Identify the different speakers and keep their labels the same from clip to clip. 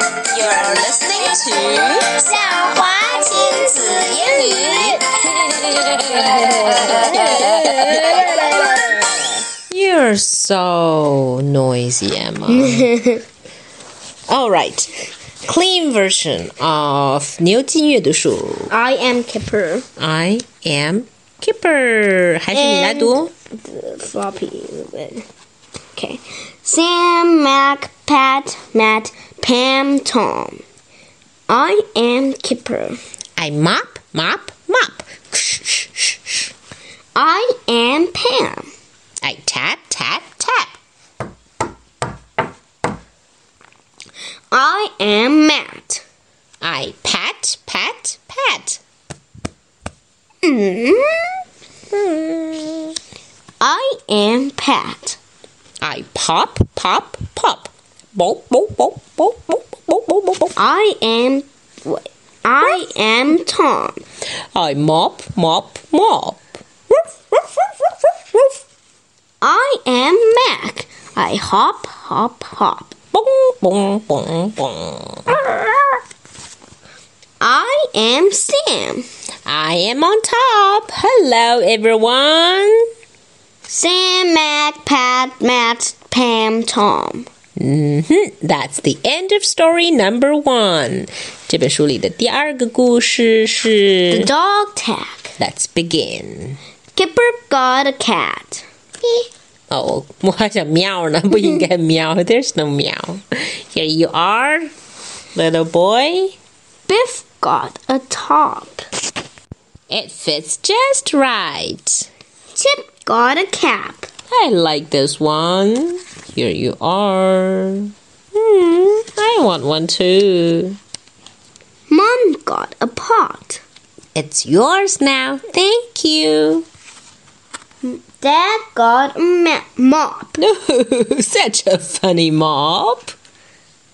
Speaker 1: You're listening to
Speaker 2: 小华亲子英语。
Speaker 1: You're so noisy, Emma. All right, clean version of 牛津阅读树.
Speaker 2: I am Kipper.
Speaker 1: I am Kipper. 还是你来读
Speaker 2: The floppy little bit. Okay. Sam, Mac, Pat, Matt, Pam, Tom. I am Kipper.
Speaker 1: I mop, mop, mop. I
Speaker 2: I am Pam.
Speaker 1: tap, tap, tap.
Speaker 2: I am Matt.
Speaker 1: I pat, pat, pat.
Speaker 2: Mm. Mm-hmm. I am Pat.
Speaker 1: I pop, pop, pop. Bop, bop, bop, bop, bop, bop, bop, bop, bop.
Speaker 2: I am. Wait, I am Tom.
Speaker 1: I mop, mop, mop. Woof, woof, woof, woof, woof, woof.
Speaker 2: I am Mac. I hop, hop, hop.
Speaker 1: Bong, bong, bong, bong.
Speaker 2: I am Sam.
Speaker 1: I am on top. Hello, everyone.
Speaker 2: Sam, Mac, Pat, Matt, Pam, Tom.
Speaker 1: Mm-hmm. That's the end of story number one. 这本书里的第二个故事是
Speaker 2: The dog tag.
Speaker 1: Let's begin.
Speaker 2: Kipper got a cat.
Speaker 1: Oh, 我还想喵呢，不应该喵。There's no meow. Here you are, little boy.
Speaker 2: Biff got a top.
Speaker 1: It fits just right.
Speaker 2: Chip got a cap.
Speaker 1: I like this one. Here you are. Hmm, I want one too.
Speaker 2: Mom got a pot.
Speaker 1: It's yours now. Thank you.
Speaker 2: Dad got a ma- mop.
Speaker 1: No, such a funny mop.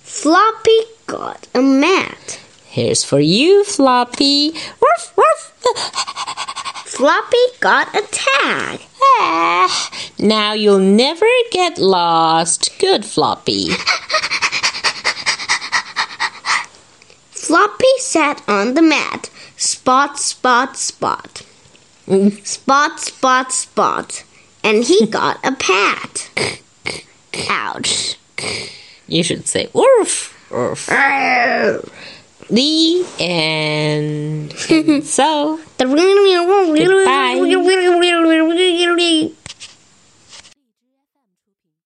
Speaker 2: Floppy got a mat.
Speaker 1: Here's for you, Floppy. Ruff, ruff.
Speaker 2: Floppy got a tag. Eh,
Speaker 1: Ah, now you'll never get lost. Good, Floppy.
Speaker 2: Floppy sat on the mat. Spot, spot, spot.
Speaker 1: Mm.
Speaker 2: Spot, spot, spot. And he got a pat. Ouch.
Speaker 1: You should say woof, woof. The end. And so.
Speaker 2: Goodbye.